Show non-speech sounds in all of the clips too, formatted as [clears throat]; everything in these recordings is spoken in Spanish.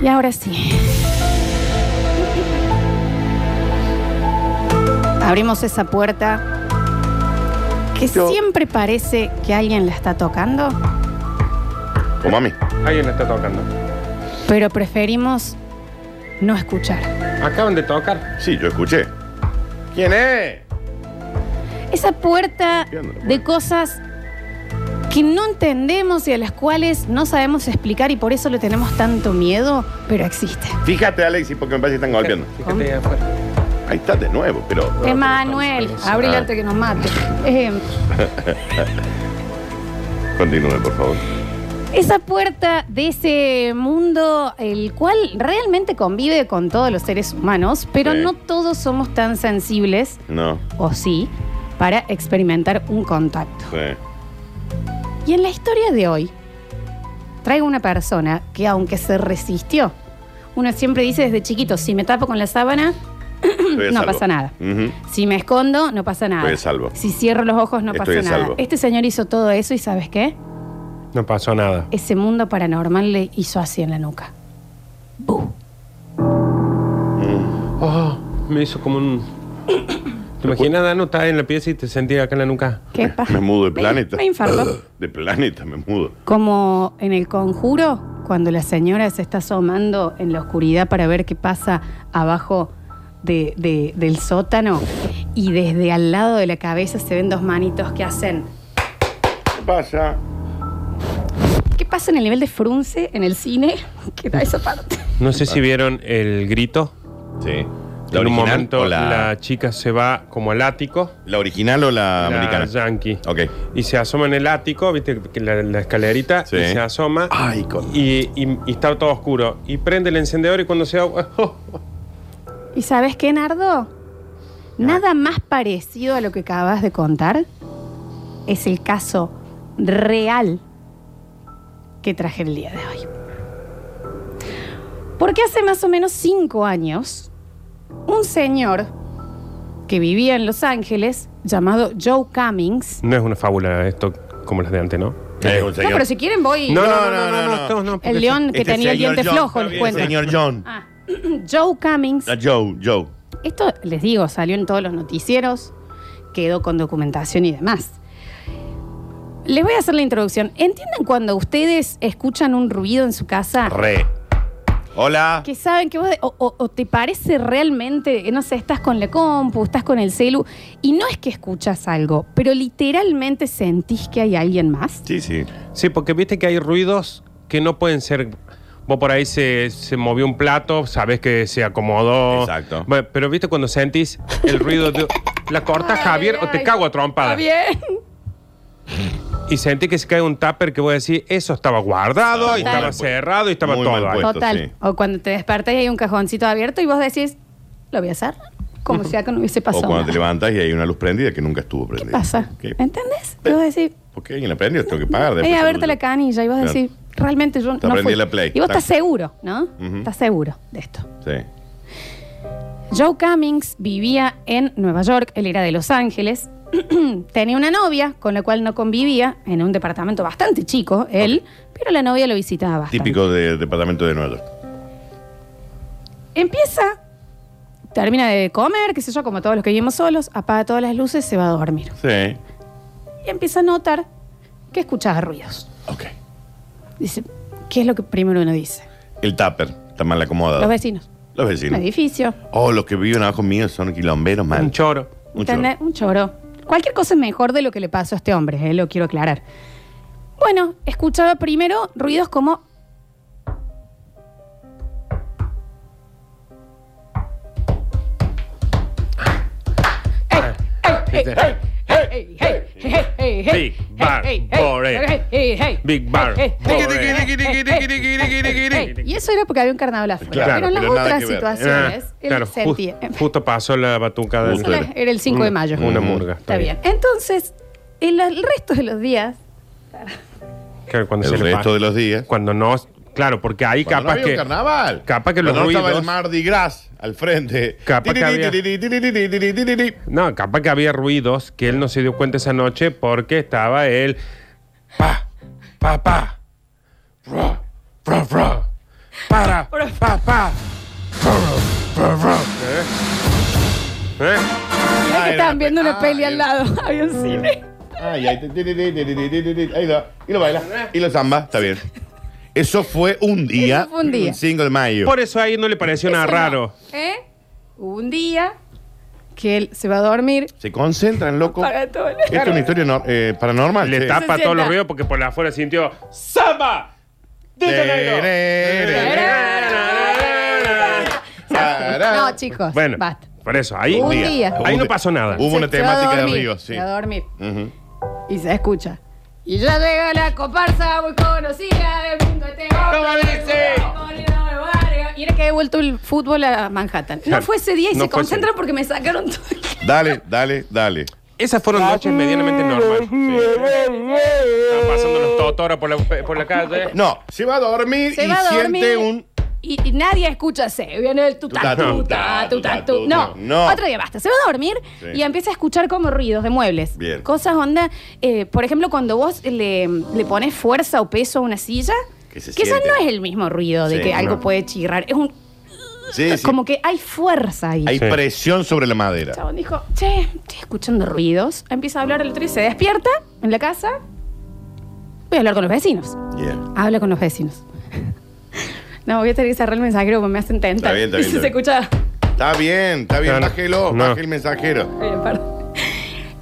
Y ahora sí. Abrimos esa puerta que Yo- siempre parece que alguien la está tocando, O mami. Alguien está tocando. pero preferimos no escuchar. Acaban de tocar. Sí, yo escuché. ¿Quién es? Esa puerta Bien, bueno. de cosas que no entendemos y a las cuales no sabemos explicar y por eso le tenemos tanto miedo, pero existe. Fíjate, Alexis, porque me parece que están golpeando. Fíjate ahí afuera. Ahí está de nuevo, pero. Emanuel, abrí antes que nos mate. Eh, Continúe, por favor. Esa puerta de ese mundo, el cual realmente convive con todos los seres humanos, pero Sí. no todos somos tan sensibles, No, o sí, para experimentar un contacto. sí. Y en la historia de hoy, traigo una persona que aunque se resistió, uno siempre dice desde chiquito, si me tapo con la sábana, Estoy a No salvo. pasa nada. Ujú. si me escondo, no pasa nada. Estoy a salvo. Si cierro los ojos, no Estoy pasa a nada. salvo. Este señor hizo todo eso y ¿sabes qué? No pasó nada. Ese mundo paranormal le hizo así en la nuca. ¡Bu! Oh, me hizo como un. ¿Te imaginas, Danu? Estás en la pieza y te sentía acá en la nuca. ¿Qué pasa? Me mudo de planeta. Me infarto. De planeta me mudo. Como en el conjuro, cuando la señora se está asomando en la oscuridad para ver qué pasa abajo de- de- del sótano y desde al lado de la cabeza se ven dos manitos que hacen... ¿Qué pasa? ¿Qué pasa en el nivel de frunce en el cine? [laughs] Que da esa parte. No sé si vieron el grito. Sí. en un original momento o Ah. la, la chica se va como al ático. la original o la, la Ah, americana? Oh. yankee. Ok. Y se asoma en el ático, viste, que la, la escalerita, Sí. Ah. y se asoma. Ay, con- Y, y- y está todo oscuro. Y prende el encendedor y cuando se oh. da. [laughs] ¿Y sabes qué, Nardo? Nada más parecido a lo que acabas de contar es el caso real que traje el día de hoy. Porque hace más o menos cinco años, un señor que vivía en Los Ángeles, llamado Joe Cummings, No es una fábula esto como las de antes, ¿no? Es un no, señor. pero si quieren voy... No, no, no, no, no, no, no, no, esto no, porque el león que Este tenía el señor diente John, flojo, les el cuento. señor John. Ah, [clears throat] Joe Cummings Ah, Joe, Joe. Esto, les digo, salió en todos los noticieros, quedó con documentación y demás. Les voy a hacer la introducción. ¿Entienden cuando ustedes escuchan un ruido en su casa? Re. Hola. Que saben que vos, o, o- o te parece realmente, no sé, estás con la compu, estás con el celu, y no es que escuchas algo, pero literalmente sentís que hay alguien más. Sí, sí. Sí, porque viste que hay ruidos que no pueden ser. Vos por ahí se, se movió un plato, sabés que se acomodó. Exacto. Bueno, pero viste cuando sentís el ruido de. La corta Javier o te cago a trompada. Javier. Y sentí que se cae un tupper que voy a decir, eso estaba guardado, y Total. estaba cerrado y estaba Muy mal todo. puesto. ahí. Total. sí. O cuando te despertás y hay un cajoncito abierto y vos decís, lo voy a hacer, como si acá no hubiese O pasado. cuando nada. te levantas y hay una luz prendida que nunca estuvo prendida. ¿Qué pasa? Eh, ¿Qué? ¿Entendés? Y vos decís, ¿Por qué alguien la prendió? Tengo que pagar. voy después a la verte luz. la canilla y vos Claro. decís, realmente yo Te no prendí fui. la Play. Y vos Está. estás seguro, ¿no? Ujú. Estás seguro de esto. Sí. Joe Cummings vivía en Nueva York, él era de Los Ángeles. [clears throat] Tenía una novia con la cual no convivía en un departamento bastante chico, él, pero la novia lo visitaba bastante. Típico del departamento de Nueva York. Empieza, termina de comer, qué sé yo, como todos los que vivimos solos, apaga todas las luces, se va a dormir. Sí. Y empieza a notar que escuchaba ruidos. Ok. Dice, ¿qué es lo que primero uno dice? El tupper está mal acomodado. Los vecinos. Los Un vecinos. edificio. Oh, los que viven abajo mío son quilomberos, Un man. choro. Mucho. ¿entendés? Un choro. Cualquier cosa es mejor de lo que le pasó a este hombre, eh, lo quiero aclarar. Bueno, escuchaba primero ruidos como. Ey, ey, ey, ey, ey, ey, ey, ey, ey, Big Bar ey, ey, Bore. ey, ey, Big Bar ey, ey, Bore. ey. Y eso era porque había un carnaval afuera. Claro, pero en las pero nada otras que ver. situaciones, Ah, él claro, ju- sentía. justo pasó la batucada. del- Justo era. Era el 5 de mayo. Una Mm. murga. Está bien. Entonces, en la- el resto de los días, Ah, Claro, cuando se El le resto pa- de los días. Cuando no. Claro, porque ahí Cuando no capaz había un que. carnaval. capaz que los Cuando no estaba ruidos- el Mardi Gras al frente. Capaz que había- No, capaz que había ruidos que él no se dio cuenta esa noche porque estaba él. Pa, pa, pa. Ra, ra, ra. Para, pa, pa, pa. Mirá ¿Eh? Ah, que era estaban una viendo pe- una ah, peli era- al lado. [laughs] Había un cine. Ay, ay, te- te- te- te- te- te- te- te- te- ahí lo, y lo baila. Y lo zamba, está bien. Eso fue un día. Eso fue un día. 5 de mayo. Por eso ahí no le pareció nada Eso no. raro. ¿Eh? Hubo un día que él se va a dormir Se concentran, loco. para todo. el- Esto es una historia no- eh, paranormal. Le sí. tapa Se todos los sienta. ruidos porque por la afuera sintió ¡Samba! de Janeiro". No, chicos. Bueno, basta. por eso, ahí, Un día. ahí no pasó nada. Hubo una Se- se va a temática de dormir, ríos, sí. Se va a dormir. Ujú. Y se escucha. Y ya llega la comparsa muy conocida del mundo este hombre. ¿Cómo dice? Y era que había vuelto el fútbol a Manhattan. No Claro. fue ese día y No se fue ese concentran día. porque me sacaron todo. el- Dale, dale, dale. Esas fueron noches medianamente normales. Estaban pasando los totoros por la, por la calle. No, se va a dormir Se y va a siente dormir. un. Y, y nadie escucha, se viene el tuta, Tuta, tuta, tuta, tuta, tuta, tu- No, tuta. No. otro día basta. Se va a dormir Sí. y empieza a escuchar como ruidos de muebles. Bien. Cosas onda, eh, por ejemplo, cuando vos le, le pones fuerza o peso a una silla, Que se quizás siente. no es el mismo ruido de Sí, que algo no. puede chirrar. Es un Sí, sí. Como que hay fuerza ahí. Hay Sí. presión sobre la El madera. chabón dijo, che, estoy escuchando ruidos. Empieza a hablar el otro y se despierta en la casa. Voy a hablar con los vecinos. Bien. Habla con los vecinos. No, voy a tener que cerrar el mensajero porque me hacen tentar. Está bien, está Y [laughs] si bien, se está escucha... Está bien, está bien. Claro. Bájelo, No. baje el mensajero. Ay, perdón.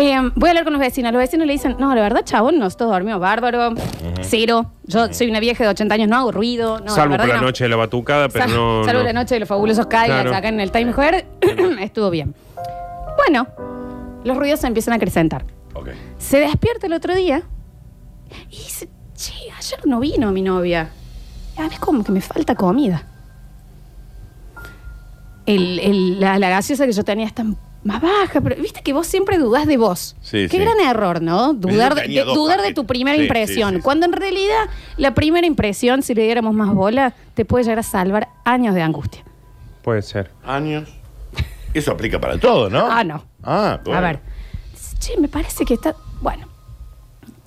Eh, voy a hablar con los vecinos. Los vecinos le dicen, no, la verdad, chabón, nosotros dormimos bárbaro. Cero. Yo soy una vieja de 80 años, no hago ruido. No, Salvo verdad por la no. noche de la batucada, pero Sal- no. salvo no. la noche de los fabulosos Cadillacs Claro. acá en el Times Square, [clears throat] estuvo bien. Bueno, los ruidos se empiezan a acrecentar. Ok. Se despierta el otro día y dice, che, ayer no vino mi novia. A mí como que me falta comida. El- el- la, la gaseosa que yo tenía está más baja, pero viste que vos siempre dudás de vos. Sí, Qué sí. gran error, ¿no? Dudar, Yo de, tenía de- dos dudar de paquetes. tu primera Sí, impresión. sí, sí, sí. Cuando en realidad la primera impresión, si le diéramos más bola, te puede llegar a salvar años de angustia. Puede ser. Años. Eso aplica para todo, ¿no? Ah, no. Ah, bueno. A ver. Dice, Che, me parece que está. Bueno.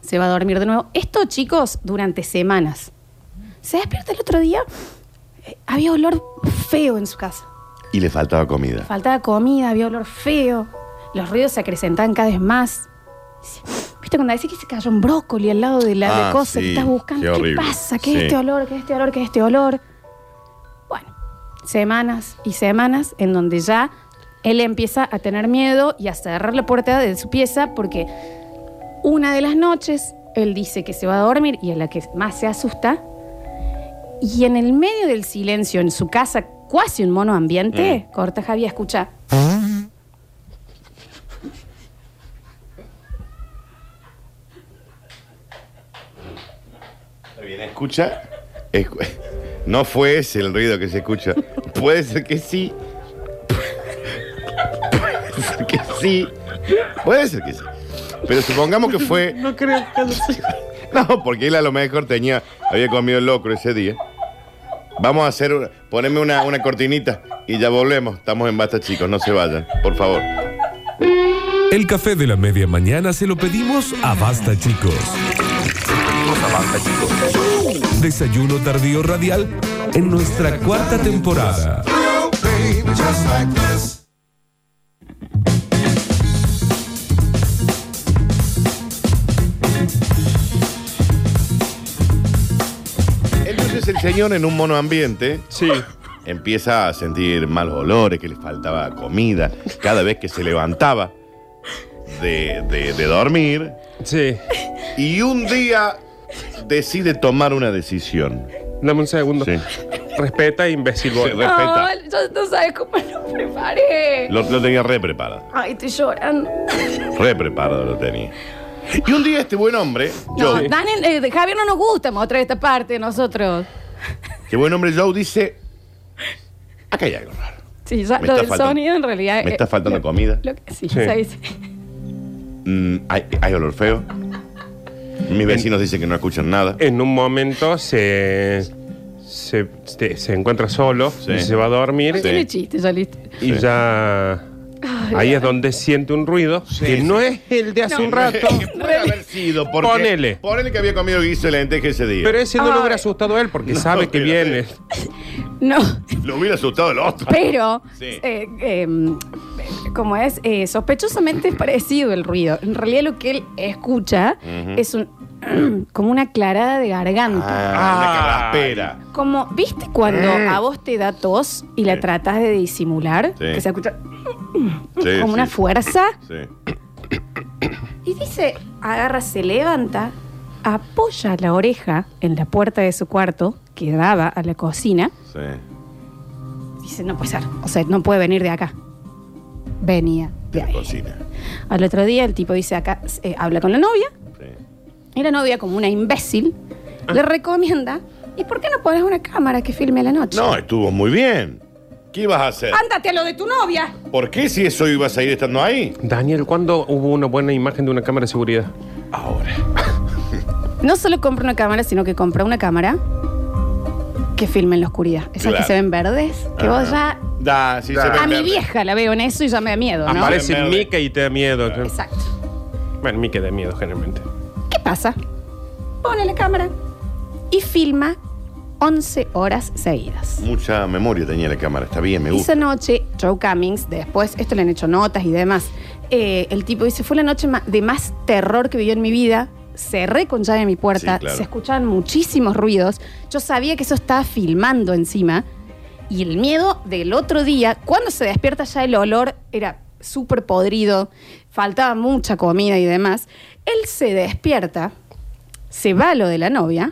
Se va a dormir de nuevo. Esto, chicos, durante semanas. Se despierta el otro día. eh, había olor feo en su casa. Y le faltaba comida. Faltaba comida, había olor feo. Los ruidos se acrecentaban cada vez más. Dice, ¿Viste cuando decís que se cayó un brócoli al lado de la de Ah, cosa sí, que estás qué buscando? ¿Qué, horrible. pasa? ¿Qué es Sí. este olor? ¿Qué es este olor? ¿Qué es este olor? Bueno, semanas y semanas en donde ya él empieza a tener miedo y a cerrar la puerta de su pieza porque una de las noches él dice que se va a dormir y en la que más se asusta y en el medio del silencio en su casa, casi un mono ambiente, Mm. corta Javier, escucha. Está bien, escucha. Escu- [laughs] No fue ese el ruido que se escucha. Puede ser que sí. Puede ser que sí. Puede ser que sí. Pero supongamos que fue. No creo que lo sea. [laughs] No, porque él a lo mejor tenía. Había comido el locro ese día. Vamos a hacer. una- Poneme una, una cortinita y ya volvemos. Estamos en basta, chicos. No se vayan, por favor. El café de la media mañana se lo pedimos a Basta Chicos. Desayuno tardío radial en nuestra cuarta temporada. Entonces el señor en un monoambiente Sí. empieza a sentir malos olores, que le faltaba comida. Cada vez que se levantaba de, de- de dormir. Sí. Y un día decide tomar una decisión. Dame un segundo. Sí. Respeta, imbécil. vos. Se respeta. Ay, yo no sabes cómo lo preparé. Lo, lo tenía re preparado. Ay, estoy llorando. Re preparado lo tenía. Y un día este buen hombre, No, Joe, Daniel, eh, Javier no nos gusta mostrar esta parte de nosotros. este buen hombre Joe dice, acá hay algo raro. Sí, ya, Me lo está del faltando- sonido en realidad. Me eh, está faltando comida. lo que- sí, Sí. ya dice. Mm, hay, hay olor feo. Mis vecinos dicen que no escuchan nada. En un momento se. Se, se- se encuentra solo, Sí. y se va a dormir No tiene chiste, ya listo. y Sí. ya. Ahí es donde siente un ruido que sí. no es el de hace [laughs] un rato. Que puede haber sido porque... Ponele. Ponele que había comido guiso de lenteja ese día. Pero ese no lo Ay. hubiera asustado a él porque sabe que pero- viene. No, Lo hubiera asustado el otro. pero, Ah. Sí. eh, eh, como es, eh, sospechosamente es parecido el ruido. En realidad lo que él escucha Ujú. es un, [clears throat] como una clarada de garganta. Ah, Ah. la carraspera. Como, ¿viste cuando a vos te da tos y la Sí. tratás de disimular? Sí. Que se escucha Sí, como sí, una fuerza. Sí. Y dice, agarra, se levanta, apoya la oreja en la puerta de su cuarto que daba a la cocina. sí. Dice, no puede ser. O sea, no puede venir de acá. Venía de De la ahí. cocina. Al otro día el tipo dice, acá eh, habla con la novia. Sí. Y la novia, como una imbécil, Ah. le recomienda, ¿y por qué no pones una cámara que filme a la noche? No, estuvo muy bien. ¿Qué ibas a hacer? Ándate a lo de tu novia. ¿Por qué si eso ibas a ir estando ahí? Daniel, ¿cuándo hubo una buena imagen de una cámara de seguridad? Ahora. No solo compra una cámara, sino que compra una cámara que filme en la oscuridad. Esas Claro. que se ven verdes, que vos ya... Da, sí Da. se ve A mi verde. vieja la veo en eso y ya me da miedo, ¿no? Aparece. Aparece Verde. Mickey y te da miedo. Exacto. Bueno, Mickey da miedo generalmente. ¿Qué pasa? Pone la cámara y filma 11 horas seguidas. Mucha memoria tenía la cámara. Está bien, me Esa gusta. noche, Joe Cummings, después, esto le han hecho notas y demás, eh, el tipo dice, fue la noche ma- de más terror que vivió en mi vida. Cerré con llave mi puerta, Sí, claro. se escuchaban muchísimos ruidos. Yo sabía que eso estaba filmando encima. Y el miedo del otro día, cuando se despierta ya el olor era súper podrido, faltaba mucha comida y demás. Él se despierta, se va a lo de la novia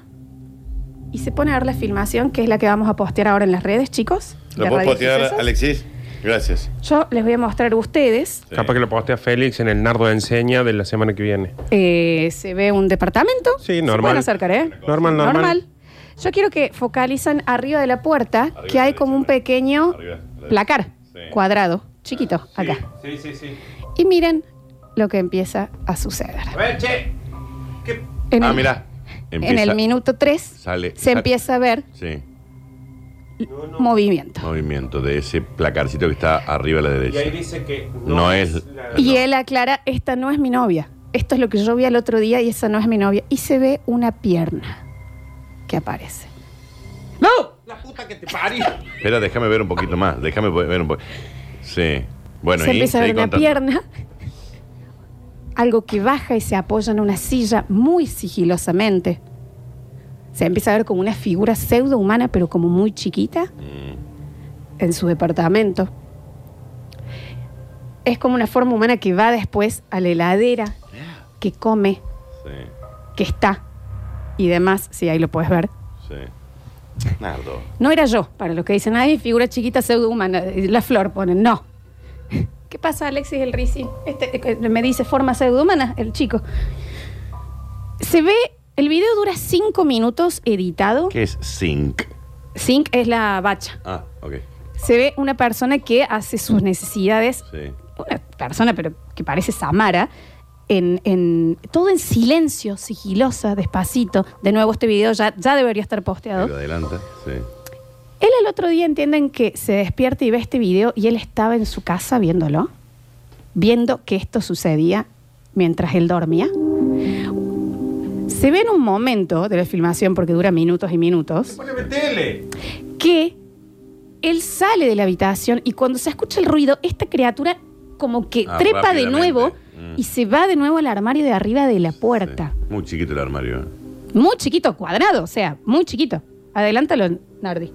y se pone a ver la filmación, que es la que vamos a postear ahora en las redes, chicos. ¿Lo de puedo Radio postear, Sucesos. Alexis? Gracias. Yo les voy a mostrar a ustedes. Sí. Capaz que lo postea Félix en el Nardo de Enseña de la semana que viene. Eh, se ve un departamento. Sí, Se normal. pueden acercar, ¿eh? Normal, normal. Yo quiero que focalicen arriba de la puerta, Arriba que hay derecha, como un ¿no? pequeño Arriba, la- placar Sí. cuadrado, chiquito, acá. Sí, sí, sí. Y miren lo que empieza a suceder. ver, che. En Ah, el- mirá. En el minuto 3 Sale- se sale. empieza a ver Sí. movimiento. Movimiento de ese placarcito que está arriba a la derecha. dice que no No es es- la- Y él aclara, esta no es mi novia. Esto es lo que yo vi al otro día y esa no es mi novia. Y se ve una pierna que aparece. ¡No! La puta que te parí. Espera, déjame ver un poquito más. Déjame ver un poco. Sí. Bueno, se y empieza a ver seguí una contando. pierna, algo que baja y se apoya en una silla muy sigilosamente. Se empieza a ver como una figura pseudo humana, pero como muy chiquita, Mm, en su departamento. Es como una forma humana que va después a la heladera, que come, Sí, que está y demás, si ahí lo puedes ver. sí. Nardo. No era yo, para los que dicen, ay, figura chiquita pseudo humana, la flor ponen, no. [laughs] ¿Qué pasa, Alexis el Risi? Este, eh, me dice forma pseudo humana, el chico. Se ve, el video dura cinco minutos editado. ¿Qué es zinc? Zinc es la bacha. Ah, ok. Se ve una persona que hace sus necesidades, Sí. una persona pero que parece Samara, en, en- todo en silencio, sigilosa, despacito. De nuevo, este video ya, ya debería estar posteado. Lo adelanta. Sí. Él al otro día entienden que se despierta y ve este video y él estaba en su casa viéndolo, viendo que esto sucedía mientras él dormía. Se ve en un momento de la filmación, porque dura minutos y minutos, que él sale de la habitación y cuando se escucha el ruido, esta criatura como que Ah, trepa de rápidamente. nuevo Mm. y se va de nuevo al armario de arriba de la puerta. Sí. Muy chiquito el armario. ¿eh? Muy chiquito, cuadrado, o sea, muy chiquito. Adelántalo, Nardi.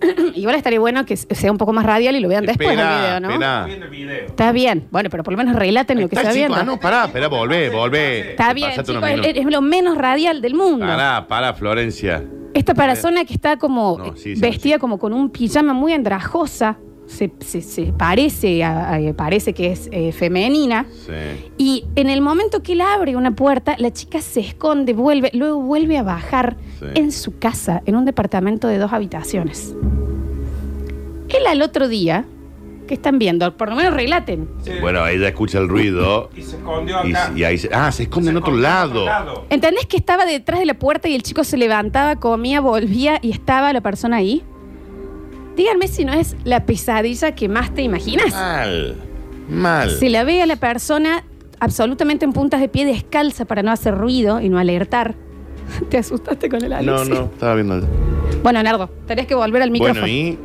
[clears throat] Igual estaría bueno que sea un poco más radial y lo vean después del video, ¿no? Espera. Está bien. Bueno, pero por lo menos relaten lo que Está está chico, viendo. ah, no, pará, espera, volvé, volvé. Está bien, Pasate chicos, unos es, minutos. es lo menos radial del mundo. Pará, pará, Florencia. Esta persona que está como No, sí, eh, sí, vestida como con un pijama muy andrajosa, se, se- se parece, a- a- eh, parece que es eh, femenina. Sí. Y en el momento que él abre una puerta, la chica se esconde, vuelve, luego vuelve a bajar Sí. en su casa, en un departamento de dos habitaciones. Él al otro día, ¿qué están viendo? Por lo menos relaten. Bueno, ella escucha el ruido Y se escondió y, acá. y ahí se. Ah, se esconde en otro lado. ¿Entendés que estaba detrás de la puerta y el chico se levantaba, comía, volvía y estaba la persona ahí? Díganme si no es la pesadilla que más te imaginas. Mal. Mal. Se la ve a la persona absolutamente en puntas de pie [laughs] descalza para no hacer ruido y no alertar. Te asustaste con el Alexis. no, no, estaba viendo. Bueno, Nardo, tenés que volver al micrófono. Bueno, y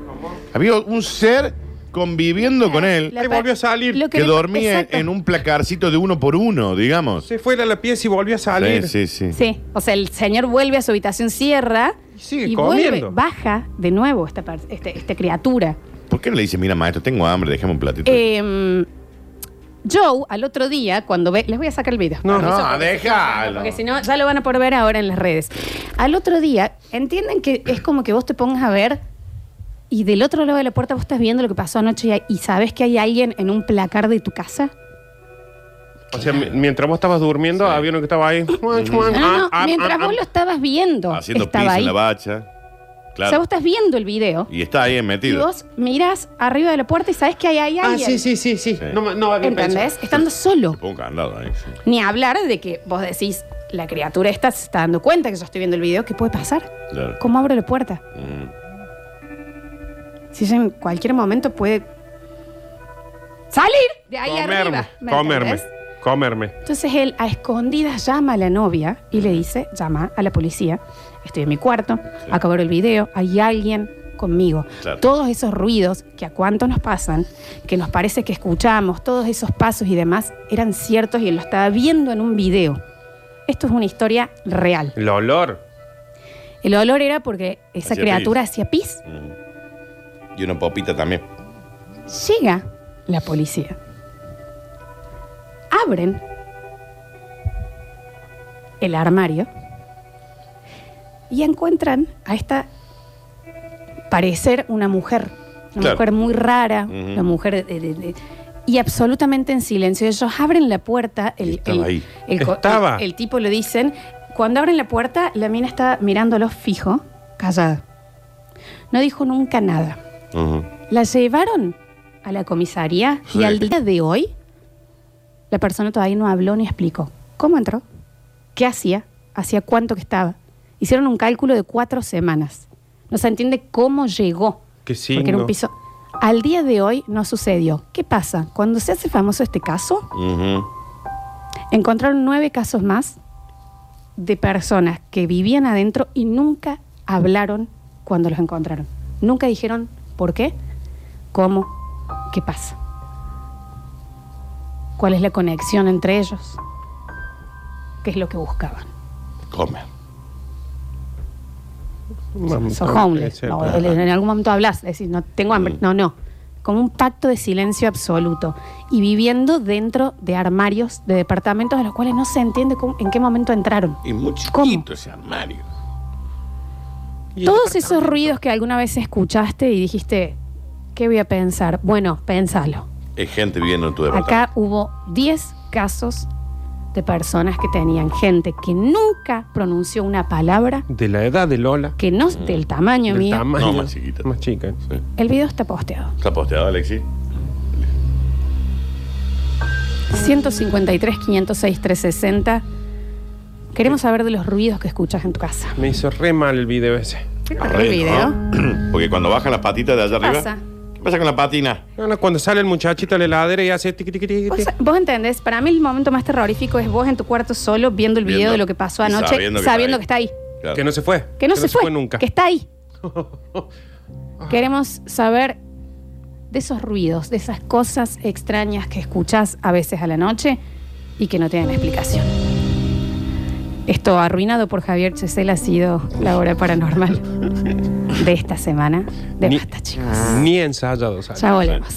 había un ser conviviendo con él La Ahí pa- volvió a salir. lo que le- dormía en- exacto. en un placarcito de uno por uno, digamos. Se fue a la pieza y volvió a Sí, salir. sí, sí. Sí, o sea, el señor vuelve a su habitación, cierra Y sigue vuelve, comiendo. baja de nuevo esta, par- este- esta criatura. ¿Por qué no le dice, mira, maestro, tengo hambre, déjame un platito? Eh, Joe, al otro día, cuando ve. Les voy a sacar el video. No, Permiso, no, porque si déjalo. no, Porque si no, ya lo van a poder ver ahora en las redes. Al otro día, entienden que es como que vos te pongas a ver y del otro lado de la puerta vos estás viendo lo que pasó anoche y, y sabes que hay alguien en un placar de tu casa. O sea, mi- mientras vos estabas durmiendo, había uno que estaba ahí. Ah, No, Ah, Ah, no, no, mientras vos lo estabas viendo, Haciendo estaba pis ahí. en la bacha. O sea, vos Claro. estás viendo el video Y está ahí y metido. vos mirás arriba de la puerta y sabes que ahí hay Ah, alguien. sí, sí, sí, sí. No, me- no había ¿Entendés? Estando solo. Pongo un candado ahí. sí. Ni hablar de que vos decís, la criatura esta se está dando cuenta que yo estoy viendo el video, ¿qué puede pasar? Claro. ¿Cómo abro la puerta? Mm. Si ella en cualquier momento puede salir de ahí Comerme, arriba. ¿me comerme, entendés? comerme. Entonces él a escondidas llama a la novia y le dice, llama a la policía, estoy en mi cuarto, acabo de ver el video, hay alguien conmigo. Claro. Todos esos ruidos que a cuánto nos pasan, que nos parece que escuchamos, todos esos pasos y demás, eran ciertos y él lo estaba viendo en un video. Esto es una historia real. El olor. El olor era porque esa Hacía criatura hacía pis. Mm. Y una popita también. Llega la policía. Abren el armario y encuentran a esta parecer una mujer, una Claro. mujer muy rara, Ujú. una mujer de- de- de- y absolutamente en silencio. Ellos abren la puerta, el, Estaba el- ahí. el co- Estaba. el- el tipo lo dicen. Cuando abren la puerta, la mina está mirándolos fijo, callada. No dijo nunca nada. Ujú. La llevaron a la comisaría Sí. y al día de hoy la persona todavía no habló ni explicó cómo entró, qué hacía, hacía cuánto que estaba. Hicieron un cálculo de cuatro semanas. No se entiende cómo llegó. Qué Porque era signo. un piso. Al día de hoy no sucedió. ¿Qué pasa? Cuando se hace famoso este caso, Ujú. encontraron nueve casos más de personas que vivían adentro y nunca hablaron cuando los encontraron. Nunca dijeron por qué, cómo, qué pasa. ¿Cuál es la conexión entre ellos? ¿Qué es lo que buscaban? Come. Mamá, Sos no, homeless. ese- No, en algún momento hablas, decís, no tengo hambre. No, no. Como un pacto de silencio absoluto. Y viviendo dentro de armarios de departamentos a los cuales no se entiende cómo- en qué momento entraron. Y muy ¿Cómo? chiquito ese armario. Y- Todos esos ruidos que alguna vez escuchaste y dijiste, ¿qué voy a pensar? Bueno, pensalo. Es gente viviendo en tu departamento. Acá hubo 10 casos de personas que tenían gente que nunca pronunció una palabra, De la edad de Lola. que no es del tamaño Del mío. tamaño. No, más chiquita. Más chica. Sí. El video está posteado. ¿Está posteado, Alexis? 153, 506, 360. Queremos saber de los ruidos que escuchas en tu casa. Me hizo re mal el video ese. ¿El video? ¿no? [clears throat] Porque cuando bajan las patitas de allá arriba. pasa? ¿Qué pasa con la patina? No, no, cuando sale el muchachito de la heladera y hace tiqui, tiqui, tiqui, ¿Vos, tiqui. vos entendés, para mí el momento más terrorífico es vos en tu cuarto solo viendo el video Viendo de lo que pasó y anoche, sabiendo sabiendo, que que está está ahí. Claro. Que no se fue. Que no, se, fue, nunca. Que está [laughs] ahí. Queremos saber de esos ruidos, de esas cosas extrañas que escuchás a veces a la noche y que no tienen explicación. Esto arruinado por Javier Chesel ha sido la hora paranormal de esta semana de Ni- Basta, chicos. Ni ensayado sale. Ya volvemos.